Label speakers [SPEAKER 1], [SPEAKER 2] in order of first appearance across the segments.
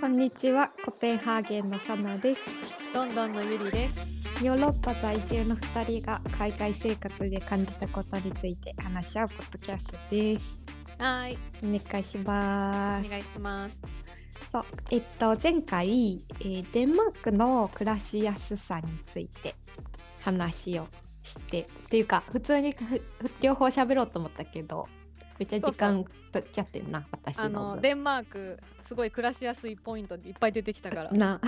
[SPEAKER 1] こんにちは、コペンハーゲンのサナです。
[SPEAKER 2] ロンドンのゆりです。
[SPEAKER 1] ヨーロッパ在住の2人が海外生活で感じたことについて話し合うポッドキャストです。
[SPEAKER 2] はい、
[SPEAKER 1] お願いしま
[SPEAKER 2] お
[SPEAKER 1] す。
[SPEAKER 2] 願いします。
[SPEAKER 1] そうえっと、前回、えーデンマークの暮らしやすさについて話をしてっていうか普通にふ両方喋ろうと思ったけどめっちゃ時間取っちゃってんな私
[SPEAKER 2] あ
[SPEAKER 1] の
[SPEAKER 2] の
[SPEAKER 1] 分
[SPEAKER 2] デンマークすごい暮らしやすいポイントでいっぱい出てき たから。
[SPEAKER 1] な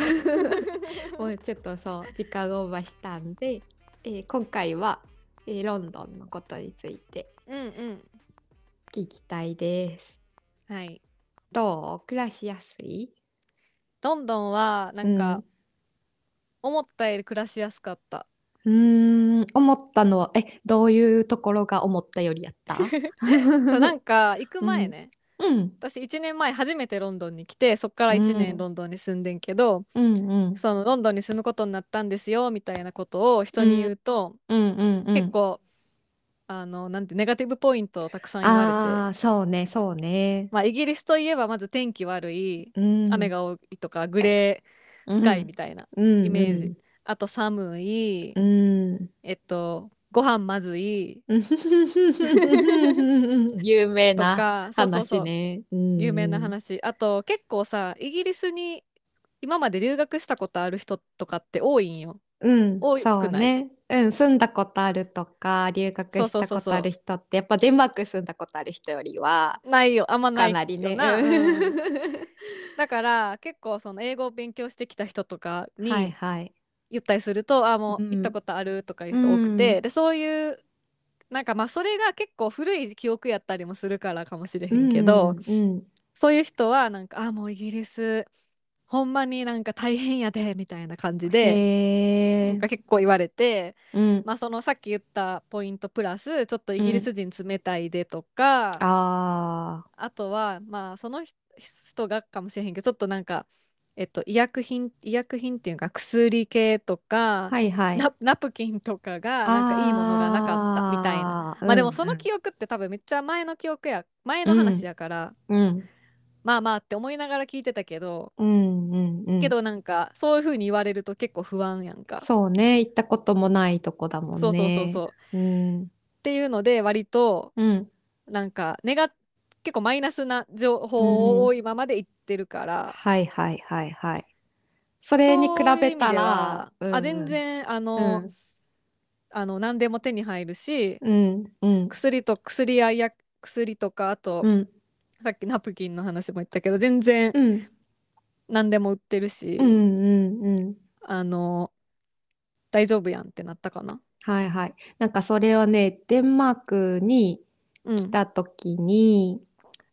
[SPEAKER 1] もうちょっとそう時間オーバーしたんで、えー今回は、えーロンドンのことについて
[SPEAKER 2] うんうん。
[SPEAKER 1] 聞きたいです。
[SPEAKER 2] はい。
[SPEAKER 1] どう暮らしやすい
[SPEAKER 2] ロンドンはなんか、思ったより暮らしやす かった。
[SPEAKER 1] うんうーん思ったのはえどういうところが思ったよりやった
[SPEAKER 2] そうなんか行く前ね、
[SPEAKER 1] うん
[SPEAKER 2] 私1年前初めてロンドンに来て、そっから1
[SPEAKER 1] う
[SPEAKER 2] 年
[SPEAKER 1] ん
[SPEAKER 2] ロンドンに住んでんけど、
[SPEAKER 1] うんうん
[SPEAKER 2] そのロンドンに住むことになったんですよみたいなことを人に言うと、
[SPEAKER 1] うんうんうん
[SPEAKER 2] 結構あのなんてネガティブポイントをたくさん言われて。
[SPEAKER 1] ああそうねそうね、
[SPEAKER 2] まあ、イギリスといえばまず天気悪い
[SPEAKER 1] うん、
[SPEAKER 2] 雨が多いとかグレースカイみたいな、
[SPEAKER 1] うん、うん
[SPEAKER 2] イメージあと寒い、
[SPEAKER 1] うん、うん
[SPEAKER 2] えっとご飯まずい
[SPEAKER 1] 有名
[SPEAKER 2] と
[SPEAKER 1] な
[SPEAKER 2] かそうそうそ
[SPEAKER 1] 話
[SPEAKER 2] う、
[SPEAKER 1] ね。うん
[SPEAKER 2] 有名な。話あと結構さイギリスに今まで留学したことある人とかって多いんよ
[SPEAKER 1] うん、
[SPEAKER 2] 多くない
[SPEAKER 1] そうね。うん、住んだことあるとか、留学
[SPEAKER 2] そう
[SPEAKER 1] し
[SPEAKER 2] そう
[SPEAKER 1] た
[SPEAKER 2] そう
[SPEAKER 1] こ
[SPEAKER 2] そう
[SPEAKER 1] とある人って、やっぱデンマーク住んだことある人よりは、
[SPEAKER 2] ないよあんまな
[SPEAKER 1] か
[SPEAKER 2] いよ
[SPEAKER 1] なりね。
[SPEAKER 2] うん だから結構その英語を勉強してきた人とか
[SPEAKER 1] うん
[SPEAKER 2] に
[SPEAKER 1] はいはい。
[SPEAKER 2] 言ったりすると、あもう
[SPEAKER 1] うん
[SPEAKER 2] 行ったことあるとかいう人多くて、でそういうなんかまあそれが結構古い記憶やったりもするからかもしれへんけど、
[SPEAKER 1] うん、
[SPEAKER 2] そういう人はなんかあもうイギリスほんまになんか大変やでみたいな感じで、
[SPEAKER 1] へえ
[SPEAKER 2] なんか結構言われて、
[SPEAKER 1] うん、
[SPEAKER 2] まあ、そのさっき言ったポイントプラスちょっとイギリス人冷たいでとか、
[SPEAKER 1] あ
[SPEAKER 2] あとはまあその人人がかもしれへんけどちょっとなんか、えっと、医薬品医薬品っていうか薬系と
[SPEAKER 1] あ、
[SPEAKER 2] か、
[SPEAKER 1] はいはい。
[SPEAKER 2] ナナプキンとかがなんかいいものがなかったみたいな。
[SPEAKER 1] あー
[SPEAKER 2] まあでもその
[SPEAKER 1] うん
[SPEAKER 2] 記憶って多分めっちゃ前の記憶や前の話やから、
[SPEAKER 1] うん、
[SPEAKER 2] まあまあって思いながら聞いてたけど、
[SPEAKER 1] うん、うん、うん。
[SPEAKER 2] けどなんかそういう風に言われると結構不安やんか。
[SPEAKER 1] そうね、行ったこともないとこだもんね。
[SPEAKER 2] そうそうそうそう。っ
[SPEAKER 1] う。うん、
[SPEAKER 2] ていうので割と
[SPEAKER 1] うん、
[SPEAKER 2] なんかネガ結構マイナスな情報を多いままで言ってるから。
[SPEAKER 1] はいはいはいはい。そ
[SPEAKER 2] そ
[SPEAKER 1] れ
[SPEAKER 2] う
[SPEAKER 1] に
[SPEAKER 2] いう
[SPEAKER 1] 比
[SPEAKER 2] 意味
[SPEAKER 1] べ
[SPEAKER 2] で
[SPEAKER 1] た
[SPEAKER 2] は
[SPEAKER 1] ら、うんう
[SPEAKER 2] あ
[SPEAKER 1] ん
[SPEAKER 2] 全然あ
[SPEAKER 1] う
[SPEAKER 2] の、
[SPEAKER 1] ん
[SPEAKER 2] あの何でも手に入るし、
[SPEAKER 1] うんうん
[SPEAKER 2] 薬と薬や薬薬とかあと、
[SPEAKER 1] うん
[SPEAKER 2] さっきナプキンの話も言ったけど全然
[SPEAKER 1] うん
[SPEAKER 2] 何でも売ってるし、
[SPEAKER 1] うんうんうん
[SPEAKER 2] あの大丈夫やんってなったかな。
[SPEAKER 1] はいはい。なんかそれはね、デンマークに
[SPEAKER 2] うん、
[SPEAKER 1] 来た時に、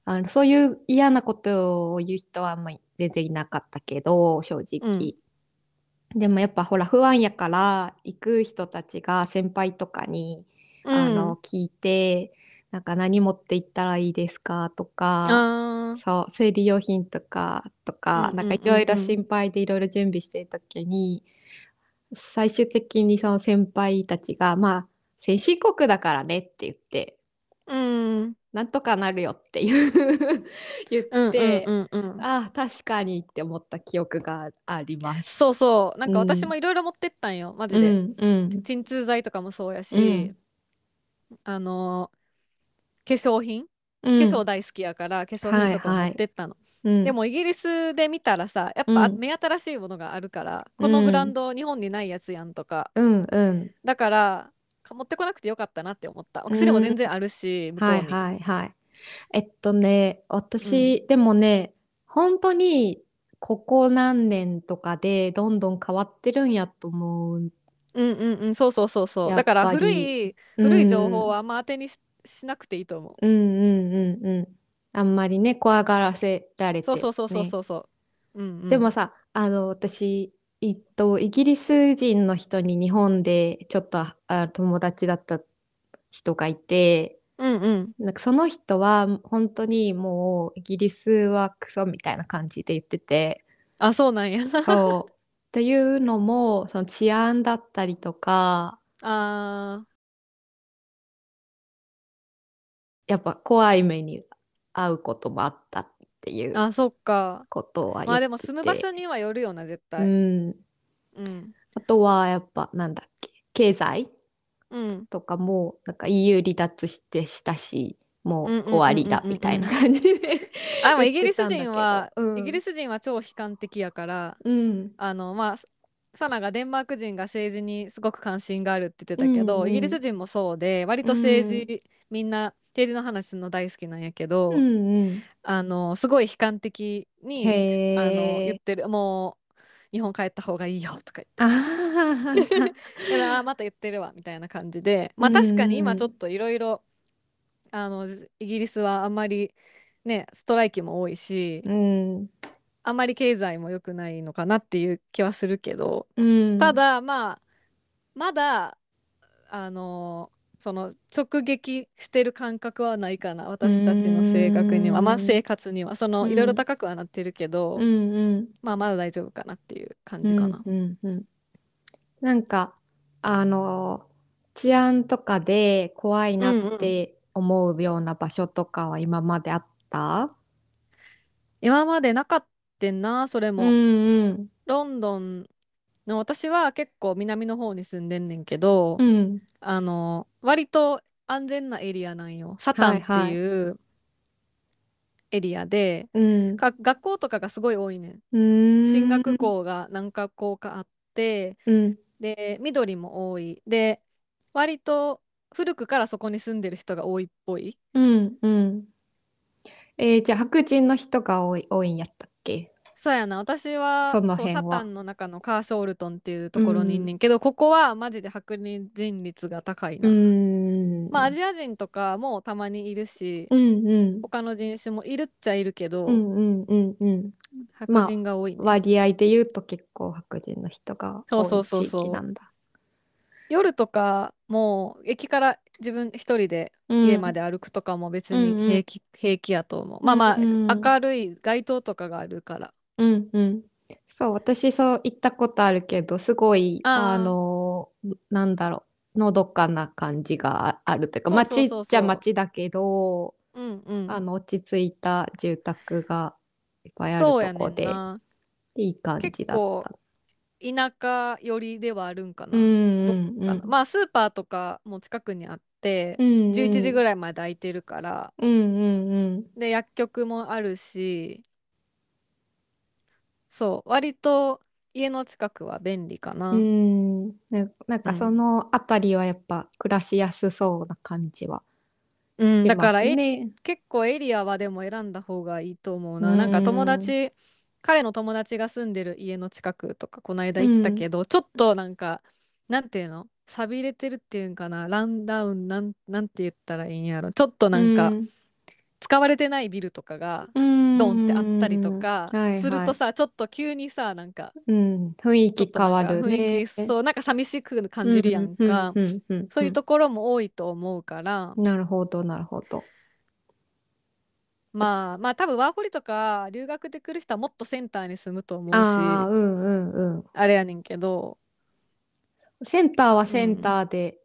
[SPEAKER 1] あの、そういう嫌なことを言う人はあんまり全然いなかったけど、正直。でもやっぱほら不安やから行く人たちが先輩とかに
[SPEAKER 2] うん、
[SPEAKER 1] あの聞いてなんか何持って行ったらいいですかとか
[SPEAKER 2] あー
[SPEAKER 1] そう生理用品とかとか、
[SPEAKER 2] うん
[SPEAKER 1] なん
[SPEAKER 2] うんうんう
[SPEAKER 1] か
[SPEAKER 2] ん
[SPEAKER 1] いろいろ心配でいろいろ準備してる時に最終的にその先輩たちがまあ先進国だからねって言って
[SPEAKER 2] うん
[SPEAKER 1] なんとかなるよっていう 言って、
[SPEAKER 2] うんうんうんうん
[SPEAKER 1] ああ確かにって思った記憶があります。
[SPEAKER 2] そうそうなんか私
[SPEAKER 1] うん
[SPEAKER 2] もいろいろ持ってったんよマジ
[SPEAKER 1] う
[SPEAKER 2] で、
[SPEAKER 1] んうん
[SPEAKER 2] 鎮痛剤とかもそうやし、
[SPEAKER 1] うん
[SPEAKER 2] あの化粧品
[SPEAKER 1] う
[SPEAKER 2] 化
[SPEAKER 1] ん
[SPEAKER 2] 粧大好きやから、化粧品とかも持ってったの、
[SPEAKER 1] うん
[SPEAKER 2] でもイギリスで見たらさやっ
[SPEAKER 1] う
[SPEAKER 2] ぱ
[SPEAKER 1] ん
[SPEAKER 2] 目新しいものがあるから、
[SPEAKER 1] うん
[SPEAKER 2] このブランド日本にないやつやんとか、
[SPEAKER 1] うんうん
[SPEAKER 2] だからか持ってこなくてよかったなって思ったお薬も全然あるし、向こう
[SPEAKER 1] は
[SPEAKER 2] に
[SPEAKER 1] いはいはい。えっとね、私、でもね、本当にここ何年とかでどんどん変わってるんやと思う。
[SPEAKER 2] うんうんうんそうそうそうそう
[SPEAKER 1] やっ
[SPEAKER 2] だから
[SPEAKER 1] ぱり
[SPEAKER 2] 古い古い情報
[SPEAKER 1] は。
[SPEAKER 2] はあんま当てにししなくていいと思
[SPEAKER 1] う
[SPEAKER 2] う
[SPEAKER 1] んうんうんうん。あんまりね、怖がらせられ
[SPEAKER 2] そう
[SPEAKER 1] て
[SPEAKER 2] そうそうそう
[SPEAKER 1] ね
[SPEAKER 2] そうそう、うんうん
[SPEAKER 1] でもさ、あの、私、えっと、イギリス人の人に日本でちょっとあ友達だった人がいて、
[SPEAKER 2] うんうん
[SPEAKER 1] なんかその人は本当にもうイギリスはクソみたいな感じで言ってて
[SPEAKER 2] あそうな んや
[SPEAKER 1] そうっていうのもその治安だったりとか
[SPEAKER 2] あ
[SPEAKER 1] やっぱ怖い目に遭うこともあったっっていう
[SPEAKER 2] あそっか
[SPEAKER 1] ことは言ってて
[SPEAKER 2] まあでも住む場所にはよるよな絶
[SPEAKER 1] う
[SPEAKER 2] 対
[SPEAKER 1] ん、
[SPEAKER 2] うん
[SPEAKER 1] あとはやっぱなんだっけ経済
[SPEAKER 2] うん
[SPEAKER 1] とかもなんか EU 離脱してしたしも
[SPEAKER 2] んうん
[SPEAKER 1] う
[SPEAKER 2] うんうん
[SPEAKER 1] 終わりだみたいな感じで
[SPEAKER 2] あでもイギ
[SPEAKER 1] 言っ
[SPEAKER 2] リ
[SPEAKER 1] てた
[SPEAKER 2] ス
[SPEAKER 1] んだけど
[SPEAKER 2] 人は、
[SPEAKER 1] うん
[SPEAKER 2] イギリス人は超悲観的やから
[SPEAKER 1] うん
[SPEAKER 2] あのまあササナがデンマーク人が政治にすごく関心があるって言ってたけど、
[SPEAKER 1] うんうん
[SPEAKER 2] イギリス人もそうで割と政治、みんな政治の話するの大好きなんやけど、
[SPEAKER 1] うん うん
[SPEAKER 2] あのすごい悲観的に
[SPEAKER 1] へー
[SPEAKER 2] あの言ってるもう日本帰った方がいいよとか
[SPEAKER 1] あー
[SPEAKER 2] 言ってあーまた言ってるわみたいな感じでまあ
[SPEAKER 1] うんうん
[SPEAKER 2] 確かに今ちょっといろいろあのイギリスはあんまりねストライキも多いし、
[SPEAKER 1] うん
[SPEAKER 2] あんまり経済も良くないのかなっていう気はするけど、
[SPEAKER 1] うん
[SPEAKER 2] ただまあまだあのその直撃してる感覚はないかな私たちの性格にはま
[SPEAKER 1] う
[SPEAKER 2] あ
[SPEAKER 1] ん
[SPEAKER 2] 生活にはその
[SPEAKER 1] うん
[SPEAKER 2] いろいろ高くはなってるけど、
[SPEAKER 1] うんうん
[SPEAKER 2] まあまだ大丈夫かなっていう感じかな。
[SPEAKER 1] うんうんうん、なんかあの治安とかで怖いなって思うような場所とかは今まであった、
[SPEAKER 2] 今までなかったなそれ
[SPEAKER 1] う
[SPEAKER 2] も、
[SPEAKER 1] んうん
[SPEAKER 2] ロンドンの私は結構南の方に住んでんねんけど、
[SPEAKER 1] うん
[SPEAKER 2] あの割と安全なエリアなんよサタンって
[SPEAKER 1] はいはい
[SPEAKER 2] いうエリアで、
[SPEAKER 1] うん
[SPEAKER 2] か学校とかがすごい多いねん。進
[SPEAKER 1] 進
[SPEAKER 2] 学、校が何か校かあって
[SPEAKER 1] うん、
[SPEAKER 2] で緑も多いで割と古くからそこに住んでる人が多いっぽい
[SPEAKER 1] うんうんえーじゃあ白人の人が多い多いんやったっけ
[SPEAKER 2] そうやな私は
[SPEAKER 1] その
[SPEAKER 2] そう
[SPEAKER 1] 辺
[SPEAKER 2] サ
[SPEAKER 1] は
[SPEAKER 2] タンの中のカーショールトンっていうところにいんねんけど、ここはマジで白人率が高いな、
[SPEAKER 1] ん
[SPEAKER 2] まあアジア人とかもたまにいるし、
[SPEAKER 1] うんうん
[SPEAKER 2] 他の人種もいるっちゃいるけど、
[SPEAKER 1] うんうんうんうん
[SPEAKER 2] 白人が多いね、
[SPEAKER 1] 割合で言うと結構白人の人が
[SPEAKER 2] そ
[SPEAKER 1] 多
[SPEAKER 2] うそう
[SPEAKER 1] い
[SPEAKER 2] そ
[SPEAKER 1] 地
[SPEAKER 2] うそう
[SPEAKER 1] 域なんだ。
[SPEAKER 2] 夜とかもう駅から自分一人で家まで歩くとかも別に
[SPEAKER 1] うんうん
[SPEAKER 2] 平気、平気やと思う。まあまあ、
[SPEAKER 1] うんうん
[SPEAKER 2] 明るい街灯とかがあるから。
[SPEAKER 1] うんうん。そう、私そう行ったことあるけど、すごい、
[SPEAKER 2] あー
[SPEAKER 1] あのー、なんだろう、のどかな感じがあるというか、
[SPEAKER 2] そうそうそうそう
[SPEAKER 1] 街っちゃ街だけど、
[SPEAKER 2] うんうん。
[SPEAKER 1] あの、落ち着いた住宅がいっぱいある
[SPEAKER 2] そう
[SPEAKER 1] と
[SPEAKER 2] やね
[SPEAKER 1] こ
[SPEAKER 2] ん
[SPEAKER 1] で、
[SPEAKER 2] な。
[SPEAKER 1] いい感じだった。
[SPEAKER 2] 田舎寄りではあるんかな。
[SPEAKER 1] うん
[SPEAKER 2] ど
[SPEAKER 1] うん
[SPEAKER 2] あ
[SPEAKER 1] う
[SPEAKER 2] の
[SPEAKER 1] ん。
[SPEAKER 2] まあスーパーとかも近くにあって、
[SPEAKER 1] うん
[SPEAKER 2] 11時ぐ
[SPEAKER 1] らい。
[SPEAKER 2] らいまで空いてるから、
[SPEAKER 1] うんうんうん。
[SPEAKER 2] で、薬局もあるし、そう、割と家の近くは便利かな。
[SPEAKER 1] うん、ねなん
[SPEAKER 2] う
[SPEAKER 1] か
[SPEAKER 2] ん
[SPEAKER 1] そのあたりはやっぱ暮らしやすそうな感じは
[SPEAKER 2] うん、
[SPEAKER 1] 出
[SPEAKER 2] だ
[SPEAKER 1] ま
[SPEAKER 2] から
[SPEAKER 1] す
[SPEAKER 2] え
[SPEAKER 1] ね。
[SPEAKER 2] 結構エリアはでも選んだ方がいいと思う
[SPEAKER 1] う
[SPEAKER 2] な。
[SPEAKER 1] ん
[SPEAKER 2] なんか友達、彼の友達が住んでる家の近くとかこの間行ったけど、ちょっとなんか、なんていうの寂れてるっていうんかな、ランダウン、なん、なんて言ったらいいんやろ。ちょっとなん
[SPEAKER 1] う
[SPEAKER 2] か、使われてないビルとかが、ドンってあったりとか
[SPEAKER 1] うんはいはい
[SPEAKER 2] するとさ、ちょっと急にさ、なんか、
[SPEAKER 1] うん、雰囲
[SPEAKER 2] ちょっ
[SPEAKER 1] 気
[SPEAKER 2] と
[SPEAKER 1] 変
[SPEAKER 2] な
[SPEAKER 1] わ
[SPEAKER 2] んか
[SPEAKER 1] る
[SPEAKER 2] 雰囲
[SPEAKER 1] ね。
[SPEAKER 2] 気、そう、なんか寂しく感じるやんか
[SPEAKER 1] う。んうんうんうん
[SPEAKER 2] そういうところも多いと思うから、
[SPEAKER 1] なるほどなるほど。
[SPEAKER 2] まあまあ多分ワーホリとか留学で来る人はもっとセンターに住むと思うし
[SPEAKER 1] ああ
[SPEAKER 2] あ
[SPEAKER 1] うんうんうん。
[SPEAKER 2] れやねんけど
[SPEAKER 1] センターはセンターで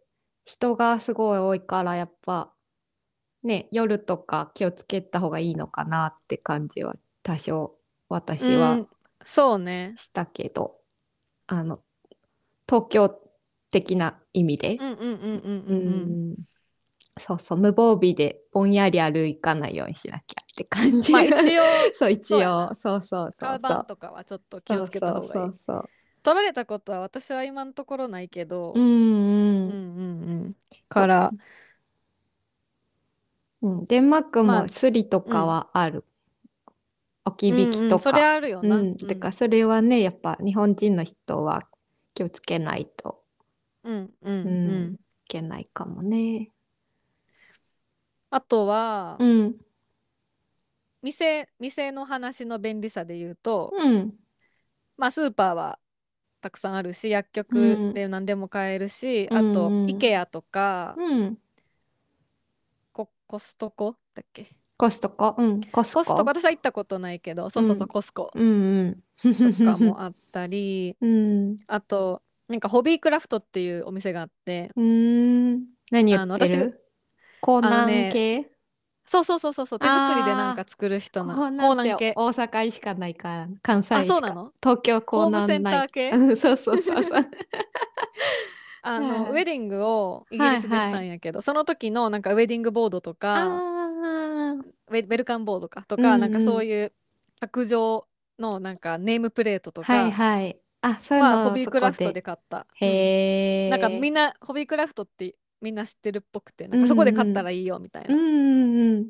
[SPEAKER 1] 人がすごい多いからやっぱね夜とか気をつけた方がいいのかなって感じは多少私
[SPEAKER 2] う
[SPEAKER 1] は
[SPEAKER 2] んそうね
[SPEAKER 1] したけど、あの東京的な意味で
[SPEAKER 2] う、んうんうん
[SPEAKER 1] う
[SPEAKER 2] うんうんうん
[SPEAKER 1] んそうそう無防備でぼんやり歩かないようにしなきゃって感じ。
[SPEAKER 2] まあ一応
[SPEAKER 1] そう一
[SPEAKER 2] そうや
[SPEAKER 1] 応
[SPEAKER 2] な
[SPEAKER 1] そうそうそ
[SPEAKER 2] カ
[SPEAKER 1] うそ
[SPEAKER 2] ーバン
[SPEAKER 1] う
[SPEAKER 2] とかはちょっと気をつけた方がいい
[SPEAKER 1] そうそうそう
[SPEAKER 2] 取られたことは私は今のところないけど、
[SPEAKER 1] そううん
[SPEAKER 2] うん
[SPEAKER 1] うん
[SPEAKER 2] うんうんから
[SPEAKER 1] うんデンマーク
[SPEAKER 2] ま
[SPEAKER 1] も
[SPEAKER 2] あ
[SPEAKER 1] スリとかはある、置き引
[SPEAKER 2] うん
[SPEAKER 1] き
[SPEAKER 2] う
[SPEAKER 1] と
[SPEAKER 2] んそれ
[SPEAKER 1] か
[SPEAKER 2] あるよ
[SPEAKER 1] う
[SPEAKER 2] な、
[SPEAKER 1] んてかそれはねやっぱ日本人の人は気をつけないと
[SPEAKER 2] うんうん
[SPEAKER 1] う
[SPEAKER 2] うん、
[SPEAKER 1] んいけないかもね
[SPEAKER 2] あとは、
[SPEAKER 1] うん
[SPEAKER 2] 店店の話の便利さで言うと、
[SPEAKER 1] うん
[SPEAKER 2] まあ、スーパーはたくさんあるし薬
[SPEAKER 1] う
[SPEAKER 2] 局
[SPEAKER 1] ん
[SPEAKER 2] で何でも買えるし、
[SPEAKER 1] うんうん
[SPEAKER 2] あと IKEA とか、
[SPEAKER 1] うん
[SPEAKER 2] ココストコだっけ
[SPEAKER 1] コストコうんコス
[SPEAKER 2] コストコ
[SPEAKER 1] コ
[SPEAKER 2] 私は行ったことないけどそうそうそ
[SPEAKER 1] う
[SPEAKER 2] う、
[SPEAKER 1] ん
[SPEAKER 2] コス コ
[SPEAKER 1] うんうん
[SPEAKER 2] とかもあったり
[SPEAKER 1] うん
[SPEAKER 2] あとなんかホビークラフトっていうお店があって
[SPEAKER 1] うーん何言
[SPEAKER 2] あの
[SPEAKER 1] って
[SPEAKER 2] 私
[SPEAKER 1] るコ
[SPEAKER 2] あの
[SPEAKER 1] ナ
[SPEAKER 2] ね
[SPEAKER 1] ン系
[SPEAKER 2] そうそうそうそうそう手作りでなんか作る人の
[SPEAKER 1] こう
[SPEAKER 2] こう
[SPEAKER 1] な
[SPEAKER 2] なんん
[SPEAKER 1] て
[SPEAKER 2] 系
[SPEAKER 1] 大阪しかないから関西
[SPEAKER 2] あ
[SPEAKER 1] しか
[SPEAKER 2] そうなの
[SPEAKER 1] 東京
[SPEAKER 2] ホ
[SPEAKER 1] 港
[SPEAKER 2] ーム
[SPEAKER 1] 南
[SPEAKER 2] センタ
[SPEAKER 1] ない
[SPEAKER 2] ー系
[SPEAKER 1] うん そうそうそうそう
[SPEAKER 2] あの、
[SPEAKER 1] はい
[SPEAKER 2] ウェディングをイギリスで
[SPEAKER 1] はいはい
[SPEAKER 2] したんやけど、その時のなんかウェディングボードと
[SPEAKER 1] あ
[SPEAKER 2] か
[SPEAKER 1] ー
[SPEAKER 2] ウェウェルカムボードかと
[SPEAKER 1] うん
[SPEAKER 2] か、
[SPEAKER 1] うん
[SPEAKER 2] なんかそういう卓上のなんかネームプレートとか、
[SPEAKER 1] はいはいあそういう
[SPEAKER 2] ま
[SPEAKER 1] の
[SPEAKER 2] あ、ホビークラフトで買った。うん
[SPEAKER 1] へえ
[SPEAKER 2] なんかみ
[SPEAKER 1] ん
[SPEAKER 2] んなホビークラフトってみんな知ってるっぽくてなんかそこで買ったらいいよみたいな、
[SPEAKER 1] うんうんうん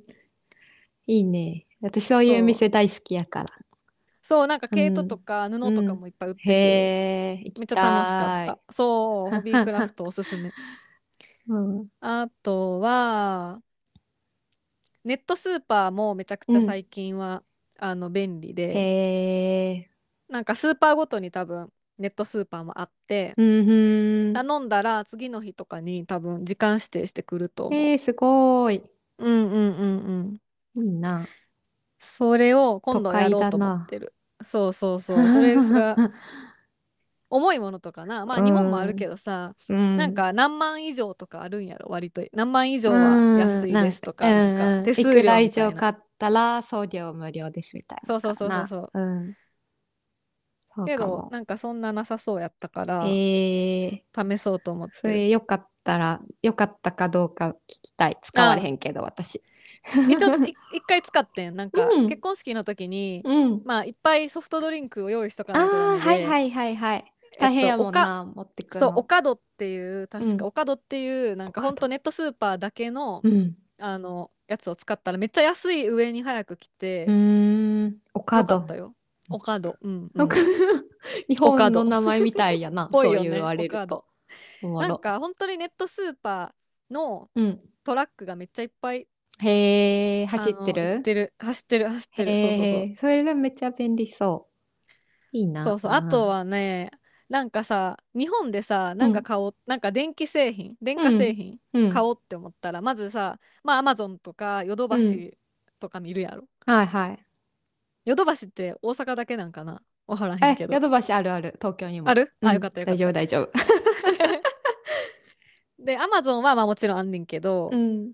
[SPEAKER 1] いいね私そういう店大好きやから
[SPEAKER 2] そうなんか毛糸とか布とかもいっぱい売ってて、
[SPEAKER 1] へえ行
[SPEAKER 2] め
[SPEAKER 1] き
[SPEAKER 2] っちゃ
[SPEAKER 1] た
[SPEAKER 2] 楽しかっ
[SPEAKER 1] い
[SPEAKER 2] たそうホビークラフトお すすめ
[SPEAKER 1] うん
[SPEAKER 2] あとはネットスーパーもめちゃくちゃ最近は、あの便利
[SPEAKER 1] へ
[SPEAKER 2] で
[SPEAKER 1] え
[SPEAKER 2] なんかスーパーごとに多分ネットスーパーもあって、
[SPEAKER 1] うんうん
[SPEAKER 2] 頼んだら次の日とかに多分時間指定してくると思う、
[SPEAKER 1] えー、すごい
[SPEAKER 2] うんうんうんうん
[SPEAKER 1] いいな
[SPEAKER 2] それを今度
[SPEAKER 1] 都会
[SPEAKER 2] や
[SPEAKER 1] だな
[SPEAKER 2] ろうと思ってる。そうそうそう。 それが重いものとかな。ま
[SPEAKER 1] う
[SPEAKER 2] あ
[SPEAKER 1] ん
[SPEAKER 2] 日本もあるけどさ、
[SPEAKER 1] うん
[SPEAKER 2] なんか何万以上とかあるんやろ、割と。何万以上は安いですとか、
[SPEAKER 1] うん
[SPEAKER 2] なんか手数
[SPEAKER 1] うん
[SPEAKER 2] 料
[SPEAKER 1] いく
[SPEAKER 2] みた
[SPEAKER 1] ら
[SPEAKER 2] い
[SPEAKER 1] 以上
[SPEAKER 2] な。
[SPEAKER 1] 買ったら送料無料ですみたいな
[SPEAKER 2] そうそうそうそうそう。
[SPEAKER 1] う、うん、そう
[SPEAKER 2] け
[SPEAKER 1] か
[SPEAKER 2] ど
[SPEAKER 1] も、
[SPEAKER 2] なんかそんななさそうやったから、
[SPEAKER 1] えー、
[SPEAKER 2] 試そうと思っ
[SPEAKER 1] そ
[SPEAKER 2] てる。
[SPEAKER 1] れよかったらよかったかどうか聞きたい使われへんけど私
[SPEAKER 2] 一応い 一回使ってん。なんか
[SPEAKER 1] うん
[SPEAKER 2] 結婚式の時に、
[SPEAKER 1] うん
[SPEAKER 2] まあいっぱいソフトドリンクを用意しとか
[SPEAKER 1] あ
[SPEAKER 2] ないとダ
[SPEAKER 1] あ
[SPEAKER 2] メで。
[SPEAKER 1] はいはいはいはい大変やもんな、持ってくの
[SPEAKER 2] そう、オカドっていう、確か
[SPEAKER 1] うん
[SPEAKER 2] オカドっていう、なん
[SPEAKER 1] オカ
[SPEAKER 2] か
[SPEAKER 1] ド
[SPEAKER 2] ほんとネットスーパーだけの、
[SPEAKER 1] うん
[SPEAKER 2] あの、やつを使ったらめっちゃ安い上に早く来て、
[SPEAKER 1] うーんおか
[SPEAKER 2] よか
[SPEAKER 1] ど
[SPEAKER 2] ったよ。オカド。うん、うん
[SPEAKER 1] なんか日
[SPEAKER 2] オカ
[SPEAKER 1] 本
[SPEAKER 2] ド
[SPEAKER 1] の名前みたいやな
[SPEAKER 2] ぽい
[SPEAKER 1] そう
[SPEAKER 2] よね
[SPEAKER 1] 言われ
[SPEAKER 2] オカ
[SPEAKER 1] る
[SPEAKER 2] ド
[SPEAKER 1] とおも
[SPEAKER 2] なん
[SPEAKER 1] ろ
[SPEAKER 2] か本当にネットスーパーの
[SPEAKER 1] うん
[SPEAKER 2] トラックがめっちゃいっぱい
[SPEAKER 1] へえ走っ
[SPEAKER 2] あ
[SPEAKER 1] て
[SPEAKER 2] の
[SPEAKER 1] る
[SPEAKER 2] 行ってる走ってる走ってるそうそう
[SPEAKER 1] へえそれでめっちゃ便利そういいな
[SPEAKER 2] そうそうそうあとはねなんかさ日本でさなんか買おう、なんか電気製品電化製品
[SPEAKER 1] うん
[SPEAKER 2] 買おうって思ったら、まずさまあアマゾンとかヨドバシとか見るやろ
[SPEAKER 1] はいはい
[SPEAKER 2] ヨドバシって大阪だけなんかなわからへん
[SPEAKER 1] え
[SPEAKER 2] けど
[SPEAKER 1] ヨドバシあるある東京にも
[SPEAKER 2] ある、
[SPEAKER 1] うん
[SPEAKER 2] あよかったよかっ
[SPEAKER 1] 大
[SPEAKER 2] た
[SPEAKER 1] 丈夫大丈夫
[SPEAKER 2] で、アマゾンはまあもちろんあんねんけど、
[SPEAKER 1] ん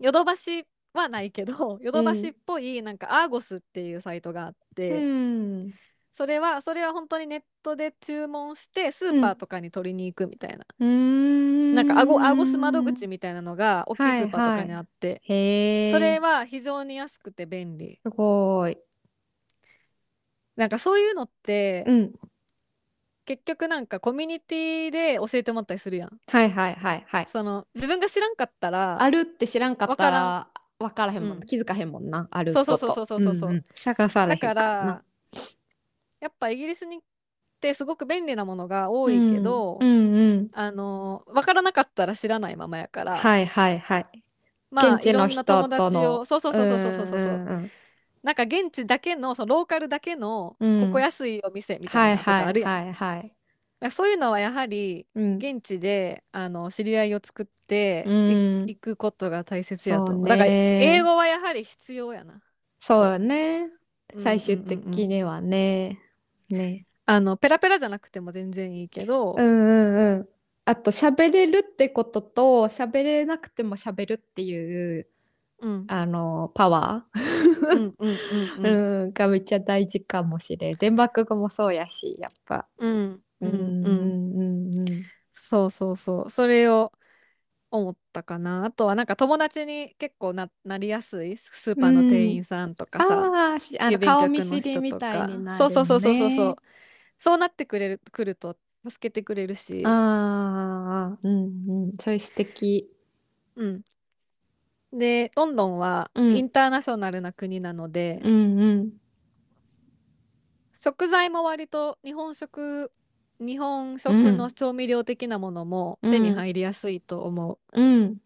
[SPEAKER 2] ヨドバシはないけど、ヨドバシっぽいなんかアーゴスっていうサイトがあって、
[SPEAKER 1] うん
[SPEAKER 2] それは、それは本当にネットで注文して、スーパーとかに取りに行くみたいな。
[SPEAKER 1] な
[SPEAKER 2] なんかアゴ、アーゴス窓口みたいなのが大きいスーパーとかにあって、
[SPEAKER 1] へえ。
[SPEAKER 2] それは非常に安くて便利。
[SPEAKER 1] すごい。
[SPEAKER 2] なんかそういうのって、
[SPEAKER 1] うん。
[SPEAKER 2] 結局なんかコミュニティで教えてもらったりするやん。
[SPEAKER 1] はいはいはいはい。
[SPEAKER 2] その、自分が知らんかったら、
[SPEAKER 1] あるって知らんかったらわからへんもん
[SPEAKER 2] う
[SPEAKER 1] な。
[SPEAKER 2] ん
[SPEAKER 1] 気づかへんもんな。あること。
[SPEAKER 2] そうそうそうそうそうそうん
[SPEAKER 1] ん探されへ
[SPEAKER 2] だ
[SPEAKER 1] んか
[SPEAKER 2] から
[SPEAKER 1] な
[SPEAKER 2] ら。やっぱイギリスにってすごく便利なものが多いけど、
[SPEAKER 1] うんうんうん。
[SPEAKER 2] あの分からなかったら知らないままやから、
[SPEAKER 1] はいはいはい。
[SPEAKER 2] まあ
[SPEAKER 1] 現地の
[SPEAKER 2] いろんな
[SPEAKER 1] 人と
[SPEAKER 2] 友
[SPEAKER 1] の
[SPEAKER 2] 達をそうそうそうそうそうそうそう
[SPEAKER 1] うんうんうん
[SPEAKER 2] なんか現地だけのそのローカルだけの、
[SPEAKER 1] うん
[SPEAKER 2] ここ安いお店みた
[SPEAKER 1] はいい
[SPEAKER 2] なのとか
[SPEAKER 1] は
[SPEAKER 2] ある
[SPEAKER 1] い
[SPEAKER 2] やん、
[SPEAKER 1] はいはい。
[SPEAKER 2] なんかそういうのはやはり
[SPEAKER 1] うん
[SPEAKER 2] 現地であの知り合いを作ってい
[SPEAKER 1] うん
[SPEAKER 2] 行くことが大切やと
[SPEAKER 1] そう
[SPEAKER 2] 思う
[SPEAKER 1] ね
[SPEAKER 2] だから英語はやはり必要やな
[SPEAKER 1] そうよね。
[SPEAKER 2] うん
[SPEAKER 1] 最終
[SPEAKER 2] うんうんうん
[SPEAKER 1] 的にはね。ね。
[SPEAKER 2] あのペラペラじゃなくても全然いいけど、
[SPEAKER 1] うんうんうん。あと喋れるってことと喋れなくても喋るっていう
[SPEAKER 2] うん
[SPEAKER 1] あのパワ
[SPEAKER 2] う
[SPEAKER 1] ー、
[SPEAKER 2] んうんう
[SPEAKER 1] うん
[SPEAKER 2] うん
[SPEAKER 1] んがめっちゃ大事かもしれん。電爆語もそうやしやっぱ。
[SPEAKER 2] うん
[SPEAKER 1] う
[SPEAKER 2] う
[SPEAKER 1] ん
[SPEAKER 2] ん
[SPEAKER 1] う
[SPEAKER 2] うん
[SPEAKER 1] んうん
[SPEAKER 2] そうそうそうそれを思ったかなあとはなんか友達に結構な、なりやすいスーパーの店員さんとかさ、
[SPEAKER 1] あーしあの
[SPEAKER 2] 郵便局
[SPEAKER 1] 顔見
[SPEAKER 2] の
[SPEAKER 1] 知り
[SPEAKER 2] 人
[SPEAKER 1] み
[SPEAKER 2] と
[SPEAKER 1] た
[SPEAKER 2] か
[SPEAKER 1] いになる
[SPEAKER 2] そうそうそうそうそうそう
[SPEAKER 1] ね。
[SPEAKER 2] そうなってくれるくると助けてくれるし、
[SPEAKER 1] ああうんうんそれ素敵。
[SPEAKER 2] うん、でロンドンは
[SPEAKER 1] うん
[SPEAKER 2] インターナショナルな国なので、
[SPEAKER 1] うんうん
[SPEAKER 2] 食材も割と日本食日本食
[SPEAKER 1] う
[SPEAKER 2] の
[SPEAKER 1] ん
[SPEAKER 2] 調味料的なものも手に入りやすいと思
[SPEAKER 1] うん。
[SPEAKER 2] う、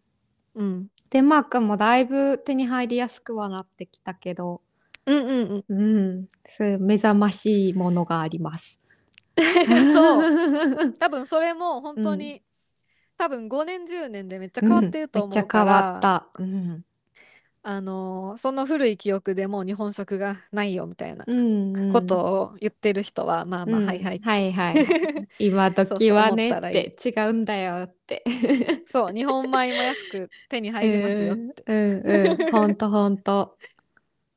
[SPEAKER 2] うん、
[SPEAKER 1] デンマークもだいぶ手に入りやすくはなってきたけど、
[SPEAKER 2] うんうんうん
[SPEAKER 1] うん、そういう目覚ましいものがあります。
[SPEAKER 2] そう
[SPEAKER 1] う。
[SPEAKER 2] 多分それも本当に、多分5年10年でめっちゃ変わってると思うから、
[SPEAKER 1] めっちゃ変わった。うん。
[SPEAKER 2] あのその古い記憶でもう日本食がないよみたいな
[SPEAKER 1] うんうん
[SPEAKER 2] ことを言ってる人は、まあまあ、
[SPEAKER 1] うん
[SPEAKER 2] はいはい
[SPEAKER 1] はいはい。今時はね
[SPEAKER 2] そ
[SPEAKER 1] っ
[SPEAKER 2] うそう思ったらい
[SPEAKER 1] て違うんだよって。
[SPEAKER 2] そう日本米も安く手に入りますよって、
[SPEAKER 1] うんうんうん。ほんとほんと。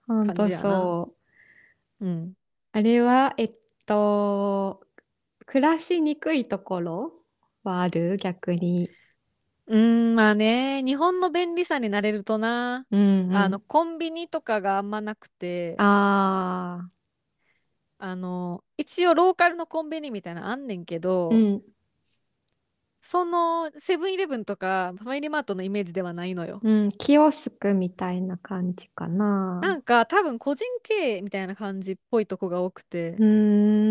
[SPEAKER 1] ほん
[SPEAKER 2] 感
[SPEAKER 1] と
[SPEAKER 2] じやな
[SPEAKER 1] そう。
[SPEAKER 2] うん、
[SPEAKER 1] あれは、えっと、暮らしにくいところはある逆に。
[SPEAKER 2] うーんまあね日本の便利さになれるとな、
[SPEAKER 1] うんうん
[SPEAKER 2] あのコンビニとかがあんまなくて
[SPEAKER 1] あ
[SPEAKER 2] あの一応ローカルのコンビニみたいなのあんねんけど、
[SPEAKER 1] ーうん
[SPEAKER 2] そのセブンイレブンとかファミリーマートのイメージではないのよ。
[SPEAKER 1] うんキオスクみたいな感じかな。
[SPEAKER 2] なんか多分個人経営みたいな感じっぽいとこが多くて、
[SPEAKER 1] うー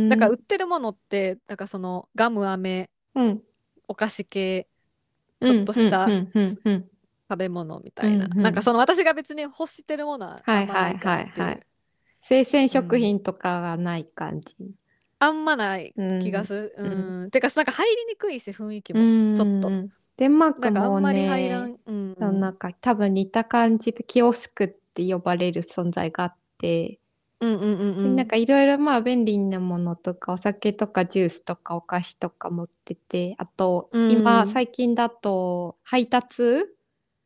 [SPEAKER 1] ん
[SPEAKER 2] だから売ってるものってなんかそのガム飴
[SPEAKER 1] うん
[SPEAKER 2] お菓子系ちょっとした
[SPEAKER 1] うんうんうんうん
[SPEAKER 2] 食べ物みたいな、
[SPEAKER 1] うんうん
[SPEAKER 2] なんかその私が別に欲してるものは
[SPEAKER 1] は
[SPEAKER 2] あん
[SPEAKER 1] い
[SPEAKER 2] まな
[SPEAKER 1] はいい
[SPEAKER 2] か
[SPEAKER 1] は
[SPEAKER 2] ないっていう
[SPEAKER 1] はい。生鮮食品とかがない感じ。
[SPEAKER 2] あんまない気がする、う
[SPEAKER 1] うん
[SPEAKER 2] んてかなんか入りにくいし雰囲気
[SPEAKER 1] う
[SPEAKER 2] も、
[SPEAKER 1] ん
[SPEAKER 2] ちょっと
[SPEAKER 1] うんデンマー
[SPEAKER 2] な
[SPEAKER 1] ク
[SPEAKER 2] んかあ
[SPEAKER 1] も
[SPEAKER 2] んまり入ら
[SPEAKER 1] ね
[SPEAKER 2] ん、、うん
[SPEAKER 1] そうなんか多分似た感じでキオスクって呼ばれる存在があって、
[SPEAKER 2] うんうんうんうん
[SPEAKER 1] なんかいろいろまあ便利なものとかお酒とかジュースとかお菓子とか持っててあと
[SPEAKER 2] うん
[SPEAKER 1] 今最近だと配達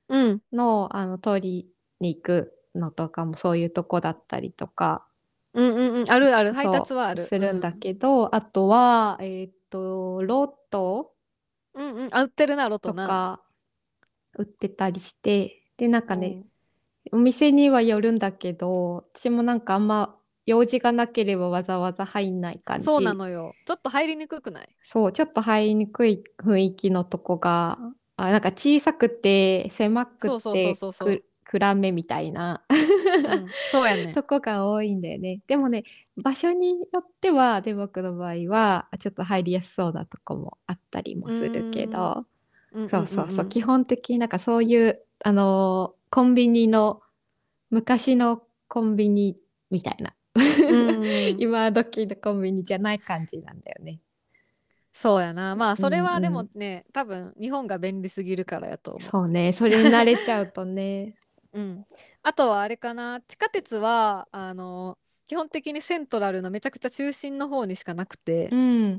[SPEAKER 2] うん
[SPEAKER 1] のあの通りに行くのとかもそういうとこだったりとか
[SPEAKER 2] うんうんうんあるある配
[SPEAKER 1] そう
[SPEAKER 2] 達はある
[SPEAKER 1] するんだけど、あとはえーっとロト
[SPEAKER 2] うんうんうんあ売ってるなロト
[SPEAKER 1] と
[SPEAKER 2] な
[SPEAKER 1] か売ってたりしてでなんかね、
[SPEAKER 2] うん
[SPEAKER 1] お店にはよるんだけど私もなんかあんま用事がなければわざわざ入んない感じ
[SPEAKER 2] そうなのよちょっと入りにく くない
[SPEAKER 1] そうちょっと入りにくい雰囲気のとこがあなんか小さくて狭くて
[SPEAKER 2] そうそうそうそうそう
[SPEAKER 1] く暗めみたいな
[SPEAKER 2] うんそうやね
[SPEAKER 1] とこが多いんだよねでもね場所によってはデンマークの場合はちょっと入りやすそうなとこもあったりもするけど
[SPEAKER 2] うんんんん
[SPEAKER 1] そうそうそう基本的になんかそういうあのーコンビニの昔のコンビニみたいな
[SPEAKER 2] うん
[SPEAKER 1] 今時のコンビニじゃない感じなんだよね。
[SPEAKER 2] そうやなまあそれ
[SPEAKER 1] うんう
[SPEAKER 2] は
[SPEAKER 1] ん
[SPEAKER 2] でもね多分日本が便利すぎるからやと思う
[SPEAKER 1] そうねそれに慣れちゃうとね。
[SPEAKER 2] うん、あとはあれかな地下鉄はあの基本的にセントラルのめちゃくちゃ中心の方にしかなくて、
[SPEAKER 1] うん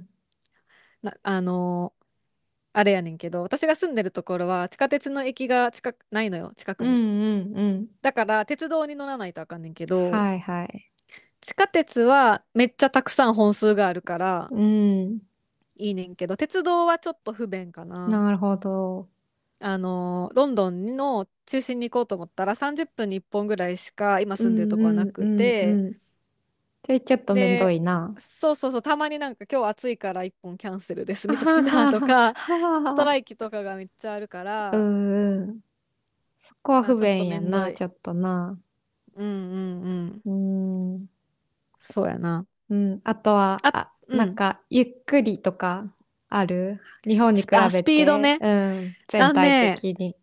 [SPEAKER 2] なあのあれやねんけど私が住んでるところは地下鉄の駅が近くないのよ近く
[SPEAKER 1] う
[SPEAKER 2] に、
[SPEAKER 1] んうん
[SPEAKER 2] だから鉄道に乗らないとあかんねんけ
[SPEAKER 1] う
[SPEAKER 2] ど、
[SPEAKER 1] ん。はいはい。
[SPEAKER 2] 地下鉄はめっちゃたくさん本数があるから
[SPEAKER 1] うん。
[SPEAKER 2] いいねんけど鉄道はちょっと不便かな、
[SPEAKER 1] なるほど。
[SPEAKER 2] あのロンドンの中心に行こうと思ったら30分に1本ぐらいしか今住んでるとこはなく
[SPEAKER 1] う
[SPEAKER 2] て、
[SPEAKER 1] んうんうんうんそれちょっとめんどいな。
[SPEAKER 2] そうそうそうたまになんか今日暑いから1本キャンセルですみたいなとか ス
[SPEAKER 1] ス
[SPEAKER 2] トラ
[SPEAKER 1] イ
[SPEAKER 2] イキとかがめっちゃあるか ら、
[SPEAKER 1] う
[SPEAKER 2] うん
[SPEAKER 1] んうん。そこは不便や
[SPEAKER 2] まあ
[SPEAKER 1] なち
[SPEAKER 2] ち
[SPEAKER 1] ょっとな。
[SPEAKER 2] うんうん
[SPEAKER 1] うん。
[SPEAKER 2] そうやな
[SPEAKER 1] うん、あとは、
[SPEAKER 2] あ
[SPEAKER 1] あ、
[SPEAKER 2] うん
[SPEAKER 1] なんか、ゆっくりとかある日本に比
[SPEAKER 2] あ
[SPEAKER 1] べ
[SPEAKER 2] スピード
[SPEAKER 1] て、
[SPEAKER 2] ね
[SPEAKER 1] うん、全
[SPEAKER 2] あのね
[SPEAKER 1] 体的に。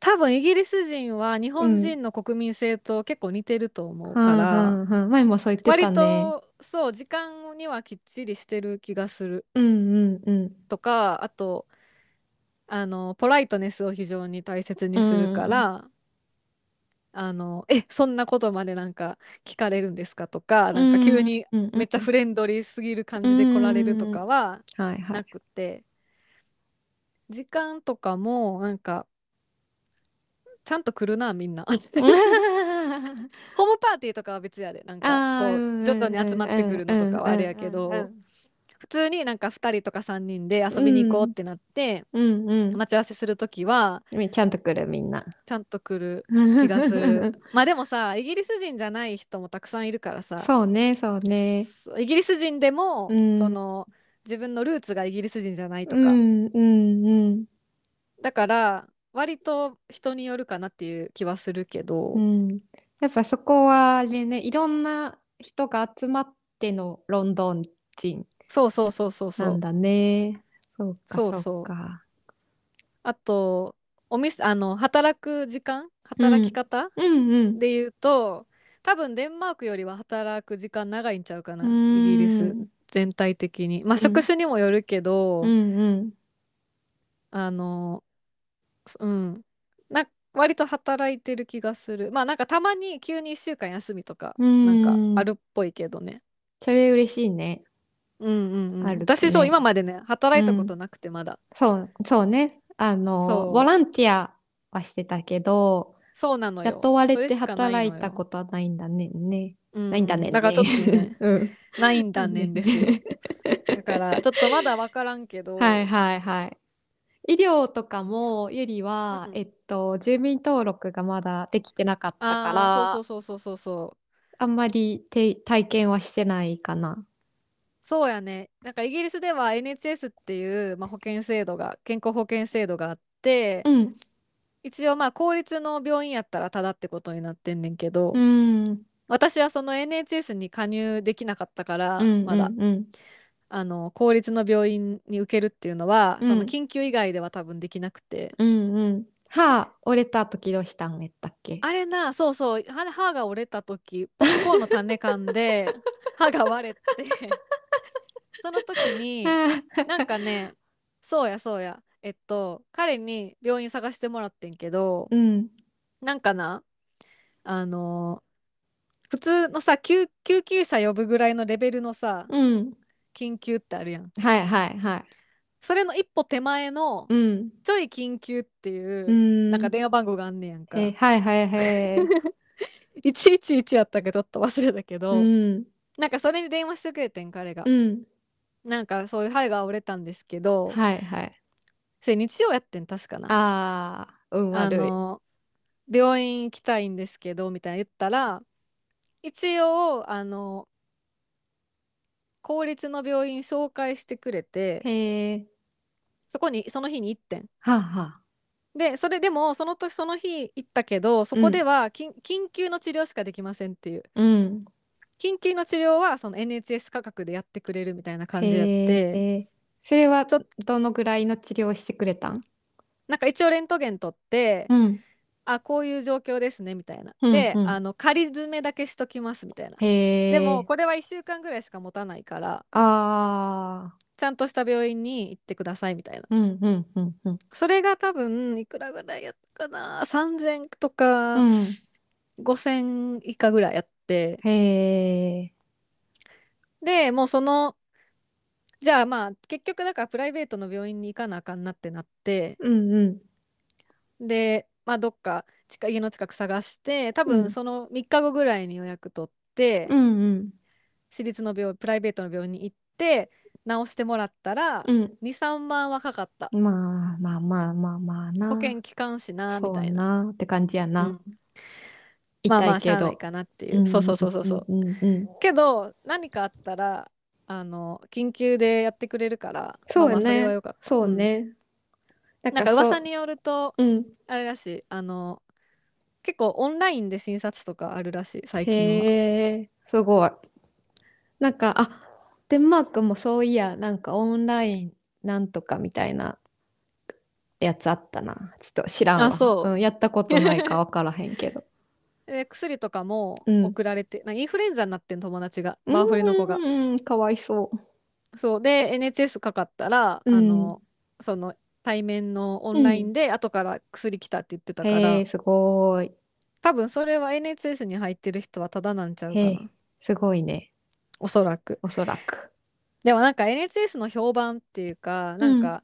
[SPEAKER 2] 多分イギリス人は日本人の国民性と結構似てると思うから、
[SPEAKER 1] うんうんうん前もそう言ってた
[SPEAKER 2] 割
[SPEAKER 1] ね。
[SPEAKER 2] とそう時間にはきっちりしてる気がする
[SPEAKER 1] うんうんうん。
[SPEAKER 2] とかあとあのポライトネスを非常に大切にするから、あのえそんなことまでなんか聞かれるんですかとかなんか急に
[SPEAKER 1] うんうんうん
[SPEAKER 2] めっちゃフレンドリーすぎる感じで来られるとかは
[SPEAKER 1] はいは。
[SPEAKER 2] ないくて時間とかもなんかちゃんと来るなみ んなホームパーティーとかは別やでなんか
[SPEAKER 1] あ
[SPEAKER 2] こ
[SPEAKER 1] ー
[SPEAKER 2] う徐々に集まってくるのとかはあれやけど
[SPEAKER 1] うん
[SPEAKER 2] 普通になんか2人とか3人で遊びに行こうってなって
[SPEAKER 1] うんうん
[SPEAKER 2] 待ち合わせする時は
[SPEAKER 1] うん。ちゃんと来るみんな。
[SPEAKER 2] ちゃんと来る
[SPEAKER 1] 気
[SPEAKER 2] 気がするまあでもさイギリス人じゃない人もたくさんいるからさ
[SPEAKER 1] そうね、そうね。
[SPEAKER 2] そうイギリス人でも、
[SPEAKER 1] うん
[SPEAKER 2] その自分のルーツがイギリス人じゃないと
[SPEAKER 1] う
[SPEAKER 2] か、
[SPEAKER 1] んうんうん。
[SPEAKER 2] だから割と人によるかなっていう気はするけど、
[SPEAKER 1] うん、やっぱそこはあれね、いろんな人が集まってのロンドン人
[SPEAKER 2] そうそうそうそうそ
[SPEAKER 1] なん
[SPEAKER 2] う
[SPEAKER 1] だね。そうか、
[SPEAKER 2] そうそう
[SPEAKER 1] そうか。
[SPEAKER 2] あとお店あの働く時間働き方、
[SPEAKER 1] うんうん。
[SPEAKER 2] で言うと多分デンマークよりは働く時間長いんちゃうかな
[SPEAKER 1] うん
[SPEAKER 2] イギリス全体的にまあ職種にもよるけど、
[SPEAKER 1] うんうん。
[SPEAKER 2] あの、うん。な、割と働いてる気がする。まあなんかたまに急に1週間休みとか、
[SPEAKER 1] うん
[SPEAKER 2] なんかあるっぽいけどね。
[SPEAKER 1] それ嬉しいね。
[SPEAKER 2] うんうんうん。
[SPEAKER 1] あるとね
[SPEAKER 2] 私そう、今までね、働いたことなくてまだ。
[SPEAKER 1] そう、そうね。あ
[SPEAKER 2] そ
[SPEAKER 1] の、
[SPEAKER 2] う
[SPEAKER 1] ボランティアはしてたけど、
[SPEAKER 2] そうなのよ。
[SPEAKER 1] 雇われ
[SPEAKER 2] そ
[SPEAKER 1] て
[SPEAKER 2] しかな
[SPEAKER 1] 働
[SPEAKER 2] い
[SPEAKER 1] い
[SPEAKER 2] のよ
[SPEAKER 1] たことはないんだね。ね。
[SPEAKER 2] うう
[SPEAKER 1] ないんだね。、
[SPEAKER 2] だからちょっとね
[SPEAKER 1] うん。
[SPEAKER 2] ないんだねんですよ。だからちょっとまだ分からんけど、
[SPEAKER 1] はいはいはい。医療とかもゆりは、
[SPEAKER 2] うん
[SPEAKER 1] えっと住民登録がまだできてなかったから
[SPEAKER 2] あ
[SPEAKER 1] あ
[SPEAKER 2] あそうそうそうそうそうそうん
[SPEAKER 1] まりて体験はしてないかな。
[SPEAKER 2] そうやねなんかイギリスでは NHS っていう、まあ、保険制度が健康保険制度があって、
[SPEAKER 1] うん。
[SPEAKER 2] 一応まあ公立の病院やったらただってことになってんねんけど、
[SPEAKER 1] うん。
[SPEAKER 2] 私はその NHS に加入できなかったから、
[SPEAKER 1] うん
[SPEAKER 2] まだ
[SPEAKER 1] うんうん
[SPEAKER 2] あの公立の病院に受けるっていうのは、
[SPEAKER 1] うん
[SPEAKER 2] その緊急以外では多分できなくて。
[SPEAKER 1] うんうん。歯折れた時どうしたんやったっけ
[SPEAKER 2] あれな、そうそう、歯歯が折れた時、ポップコーンの種噛ん で、歯が割れて、その時に、なんかね、そうやそうや、えっと、彼に病院探してもらってんけ ど、
[SPEAKER 1] うん。
[SPEAKER 2] なんかな、あの、普通のさ、救、救急車呼ぶぐらいのレベルのさ、
[SPEAKER 1] うん。
[SPEAKER 2] 緊急ってあるやん。
[SPEAKER 1] はいはいはい。
[SPEAKER 2] それの一歩手前の、
[SPEAKER 1] うん。
[SPEAKER 2] ちょい緊急っていうう、
[SPEAKER 1] ん。
[SPEAKER 2] なんか電話番号があんねやんか。
[SPEAKER 1] えはいはいはい。
[SPEAKER 2] 111やったっけどちょっと忘れたけ
[SPEAKER 1] う
[SPEAKER 2] ど、
[SPEAKER 1] ん。
[SPEAKER 2] なんかそれに電話してくれてん彼が、
[SPEAKER 1] うん。
[SPEAKER 2] なんかそういう針が折れたんですけど
[SPEAKER 1] はいはい。
[SPEAKER 2] それ日曜やってん確かな
[SPEAKER 1] ああ、運
[SPEAKER 2] あ
[SPEAKER 1] 悪い。
[SPEAKER 2] の病院行きたいんですけどみたいな言ったら一応あの公立の病院紹介してくれて
[SPEAKER 1] へえ。
[SPEAKER 2] そこにその日に行ってん
[SPEAKER 1] はあはあ。
[SPEAKER 2] でそれでもその時その日行ったけどそこでは緊緊急の治療しかできませんっていう
[SPEAKER 1] うん。
[SPEAKER 2] 緊急の治療はその NHS 価格でやってくれるみたいな感じやって。
[SPEAKER 1] えー、それは
[SPEAKER 2] ちょ
[SPEAKER 1] どのぐらいの治療をしてくれたん
[SPEAKER 2] なんか一応レントゲン取って、
[SPEAKER 1] うん。
[SPEAKER 2] あこういう状況ですねみたいな、
[SPEAKER 1] うん
[SPEAKER 2] で
[SPEAKER 1] うん
[SPEAKER 2] あの仮詰めだけしときますみたいな、
[SPEAKER 1] へえ。
[SPEAKER 2] でもこれは1週間ぐらいしか持たないから
[SPEAKER 1] ああ、
[SPEAKER 2] ちゃんとした病院に行ってくださいみたいな
[SPEAKER 1] うんうんうんうん。
[SPEAKER 2] それが多分いくらぐらいやったかな3000と
[SPEAKER 1] う
[SPEAKER 2] か
[SPEAKER 1] ん、
[SPEAKER 2] 5000以下ぐらいやって、
[SPEAKER 1] へえ。
[SPEAKER 2] でもうそのじゃあまあ結局だからプライベートの病院に行かなあかんなってなって
[SPEAKER 1] うんうん。
[SPEAKER 2] で、まあ、どっか近家の近く探して多
[SPEAKER 1] うん
[SPEAKER 2] 分その3日後ぐらいに予約取って、
[SPEAKER 1] うんうん。
[SPEAKER 2] 私立の病院プライベートの病院に行って治してもらったら、
[SPEAKER 1] うん。
[SPEAKER 2] 23万はかかった
[SPEAKER 1] まあまあまあまあまあな。
[SPEAKER 2] 保険期間しな
[SPEAKER 1] そ
[SPEAKER 2] み
[SPEAKER 1] う
[SPEAKER 2] たいな
[SPEAKER 1] なって感じや
[SPEAKER 2] う
[SPEAKER 1] な。
[SPEAKER 2] んまあ
[SPEAKER 1] 痛
[SPEAKER 2] ま
[SPEAKER 1] い
[SPEAKER 2] あし
[SPEAKER 1] け
[SPEAKER 2] ゃあな
[SPEAKER 1] ど
[SPEAKER 2] い。かなっていう、
[SPEAKER 1] うん
[SPEAKER 2] そうそうそうそうそう
[SPEAKER 1] うんうんうん。
[SPEAKER 2] けど何かあったらあの緊急でやってくれるから
[SPEAKER 1] そうや
[SPEAKER 2] まあまあ
[SPEAKER 1] ね
[SPEAKER 2] れはよかった
[SPEAKER 1] そうね。な
[SPEAKER 2] うんんなん
[SPEAKER 1] か
[SPEAKER 2] か
[SPEAKER 1] そう
[SPEAKER 2] 噂によると
[SPEAKER 1] うん。
[SPEAKER 2] あれらしいあの結構オンラインで診察とかあるらしい最近は
[SPEAKER 1] へえ、すごい。なんか、あ、デンマークもそういや、なんかオンラインなんとかみたいなやつあったな。ちょっと知らん
[SPEAKER 2] あ
[SPEAKER 1] わ。
[SPEAKER 2] そう
[SPEAKER 1] うん、やったことないか分からへん けど。
[SPEAKER 2] で薬とかも
[SPEAKER 1] うん
[SPEAKER 2] 送られて、なインフルエンザになってん友達がバーフレの子が
[SPEAKER 1] うんうんうん、かわいそう。
[SPEAKER 2] そうで NHS かかったら、
[SPEAKER 1] うん
[SPEAKER 2] あのその対面のオンラインで後から薬来たって言ってたから、
[SPEAKER 1] へえ、すごい。
[SPEAKER 2] 多分それは NHS に入ってる人はただなんちゃうか
[SPEAKER 1] へえ
[SPEAKER 2] な、
[SPEAKER 1] すごいね。
[SPEAKER 2] おそらく
[SPEAKER 1] おそらく。
[SPEAKER 2] でもなんか NHS の評判っていうかなんか、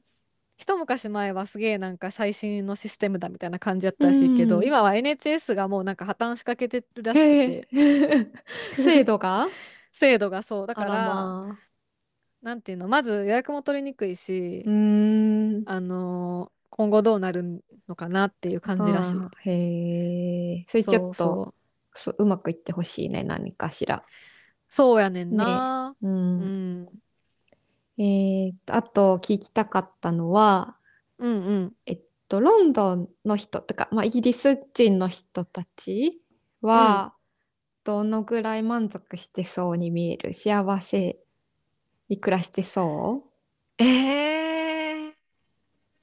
[SPEAKER 2] 一昔前はすげえなんか最新のシステムだみたいな感じやったらしいけど、
[SPEAKER 1] うん
[SPEAKER 2] 今は NHS がもうなんか破綻しかけてるらしく
[SPEAKER 1] へ
[SPEAKER 2] て
[SPEAKER 1] え。制度が
[SPEAKER 2] 制度がそうだ
[SPEAKER 1] あ
[SPEAKER 2] からら
[SPEAKER 1] まあ。
[SPEAKER 2] なんていうのまず予約も取りにくいし、
[SPEAKER 1] うーん。
[SPEAKER 2] あのー今後どうなるのかなっていう感じらしい。
[SPEAKER 1] あーへえ。それちょっ
[SPEAKER 2] そ
[SPEAKER 1] と
[SPEAKER 2] う
[SPEAKER 1] そ
[SPEAKER 2] そう
[SPEAKER 1] ううまくいってほしいね、何かしら。
[SPEAKER 2] そうやねんな。
[SPEAKER 1] う。
[SPEAKER 2] うんん。
[SPEAKER 1] えーと、あと聞きたかったのは、
[SPEAKER 2] うんうん。
[SPEAKER 1] えっと、ロンドンの人とか、まあ、イギリス人の人たちは、どのぐらい満足してそうに見える幸せに暮らしてそ
[SPEAKER 2] え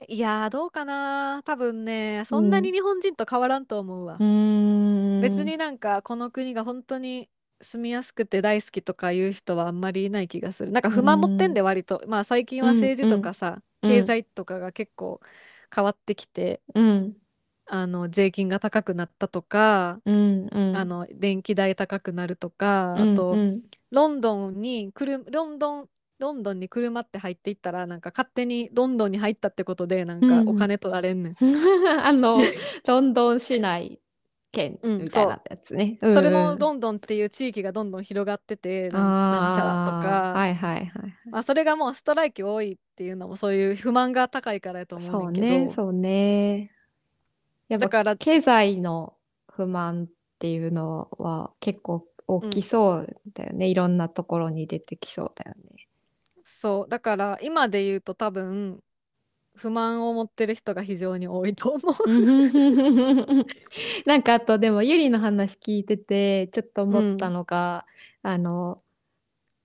[SPEAKER 2] ー、いやーどうかな。多分ね、そんなに日本人と変わらんと思うわ
[SPEAKER 1] うう。ーん。
[SPEAKER 2] 別になんかこの国が本当に住みやすくて大好きとかいう人はあんまりいない気がする。なんか不満持ってんで割と。まあ最近は政治とかさ、
[SPEAKER 1] うん
[SPEAKER 2] 経済とかが結構変わってきて、
[SPEAKER 1] うん。
[SPEAKER 2] あの税金が高くなったとか、
[SPEAKER 1] うんうん
[SPEAKER 2] あの電気代高くなるとか、あと、
[SPEAKER 1] うんうん
[SPEAKER 2] ロンドンに車ロンドンロンドンに車って入っていったらなんか勝手にロンドンに入ったってことでなん
[SPEAKER 1] うん
[SPEAKER 2] かお金取られんねん、
[SPEAKER 1] あの、ロンドン市内圏みたいなやつね。
[SPEAKER 2] それも
[SPEAKER 1] ン
[SPEAKER 2] ロンドンっていう地域がどんどん広がってて
[SPEAKER 1] ド
[SPEAKER 2] なんなんちゃらとか、
[SPEAKER 1] はいはいはい。
[SPEAKER 2] まあ、それがもうストライキ多いっていうのもそういう不満が高いからやと思
[SPEAKER 1] そうう
[SPEAKER 2] ねんだけど
[SPEAKER 1] ね、そうね。やっ
[SPEAKER 2] だ
[SPEAKER 1] ぱ
[SPEAKER 2] から
[SPEAKER 1] 経済の不満っていうのは結構大きそうだよね。いろんなところに出てきそうだよ ね。
[SPEAKER 2] そうだから今で言うと多分不満を持ってる人が非常に多いと思 う。
[SPEAKER 1] なんかあとでもゆりの話聞いててちょっと思ったのが、あの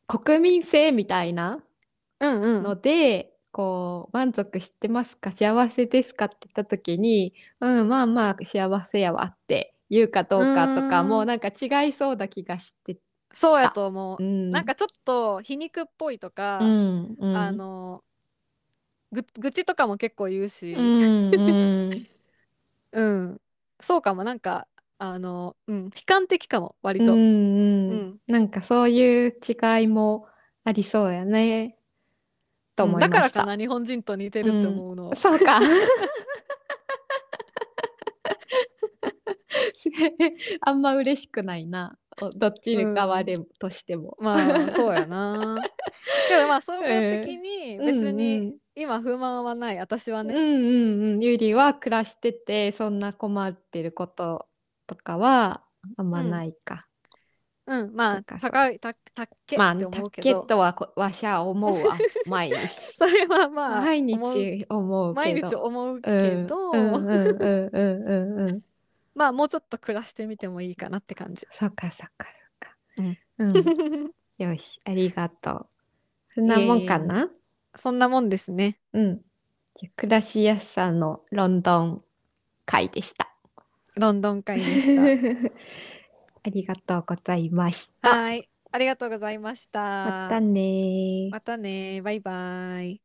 [SPEAKER 1] 国民性みたいな
[SPEAKER 2] うんうん
[SPEAKER 1] ので、こう満足してますか幸せですかって言った時にうんまあまあ幸せやわって言うかどうかとか
[SPEAKER 2] うーん
[SPEAKER 1] もうなんか違いそうな気がして、
[SPEAKER 2] そうやと思う
[SPEAKER 1] う。ん、
[SPEAKER 2] なんかちょっと皮肉っぽいとか、
[SPEAKER 1] うんうん
[SPEAKER 2] あのぐ愚痴とかも結構言うし、
[SPEAKER 1] うんうん
[SPEAKER 2] うんそうかもなんかあの、うん、悲観的かも割
[SPEAKER 1] うん
[SPEAKER 2] と。
[SPEAKER 1] うん
[SPEAKER 2] うん
[SPEAKER 1] なんかそういう違いもありそうやねと思い
[SPEAKER 2] だか
[SPEAKER 1] ま
[SPEAKER 2] ら
[SPEAKER 1] した
[SPEAKER 2] か。な日本人と似てるって思うの。
[SPEAKER 1] そうか。あんま嬉しくないな。おどっち側でも、としても。
[SPEAKER 2] まあそう やな。けどまあ総合的に別に
[SPEAKER 1] に。
[SPEAKER 2] 今不満はない、私は
[SPEAKER 1] うん
[SPEAKER 2] ね。
[SPEAKER 1] うんうん。ゆりは暮らしてて、そんな困ってることとかはあんまないか。
[SPEAKER 2] うん、ま
[SPEAKER 1] そ
[SPEAKER 2] あ
[SPEAKER 1] うか
[SPEAKER 2] 高いたたっけ
[SPEAKER 1] ま
[SPEAKER 2] っ
[SPEAKER 1] あ、
[SPEAKER 2] て
[SPEAKER 1] た
[SPEAKER 2] 思うけ
[SPEAKER 1] け
[SPEAKER 2] ど、
[SPEAKER 1] とはこわしゃ思うわ。毎日。
[SPEAKER 2] それはまあ
[SPEAKER 1] 毎
[SPEAKER 2] 思う
[SPEAKER 1] 日思う
[SPEAKER 2] 毎
[SPEAKER 1] け
[SPEAKER 2] 日
[SPEAKER 1] ど。
[SPEAKER 2] 思う
[SPEAKER 1] うん
[SPEAKER 2] けど、
[SPEAKER 1] うんうんうんうんうん。
[SPEAKER 2] まあもうちょっと暮らしてみてもいいかなって感じ。
[SPEAKER 1] そっかそっかそっか。
[SPEAKER 2] うん
[SPEAKER 1] うんよし、ありがとう。そんなもんかな
[SPEAKER 2] そんなもんですね。
[SPEAKER 1] うん。じゃあ暮らしやすさのロンドン会でした。
[SPEAKER 2] ロンドン会でし。
[SPEAKER 1] ありがとうございました た。
[SPEAKER 2] はい、ありがとうございました。
[SPEAKER 1] またねー。
[SPEAKER 2] またね、バイバイ。